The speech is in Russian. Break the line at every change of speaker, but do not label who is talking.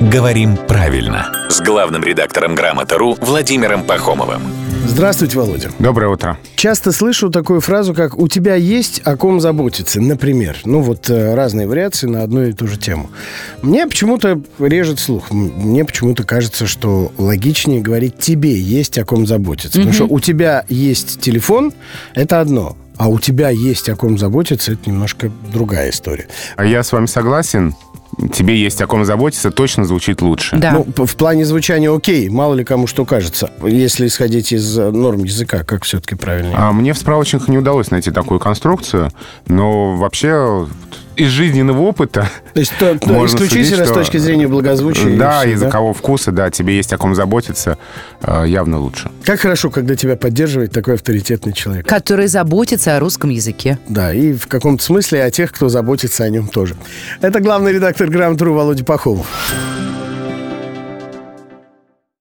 «Говорим правильно» с главным редактором «Грамота.ру» Владимиром Пахомовым.
Здравствуйте, Володя.
Доброе утро.
Часто слышу такую фразу, как «у тебя есть о ком заботиться», например. Ну вот э, разные вариации на одну и ту же тему. Мне почему-то режет слух. М- Мне почему-то кажется, что логичнее говорить «тебе есть о ком заботиться». Потому что «у тебя есть телефон» — это одно. А у тебя есть о ком заботиться, это немножко другая история.
А Я с вами согласен. Тебе есть о ком заботиться, точно звучит лучше.
Да.
Ну, п- в плане звучания окей, мало ли кому что кажется. Если исходить из э, норм языка, как все-таки правильнее?
А мне в справочниках не удалось найти такую конструкцию, но вообще из жизненного опыта...
То есть то- то
можно
исключительно
судить,
с
что-
точки зрения благозвучия. и
Да,
всё,
языкового вкуса, да, тебе есть о ком заботиться, э, явно лучше.
Как хорошо, когда тебя поддерживает такой авторитетный человек.
Который заботится о русском языке.
Да, и в каком-то смысле о тех, кто заботится о нем тоже. Это главный редактор «Грамм.ру» Володя Пахомов.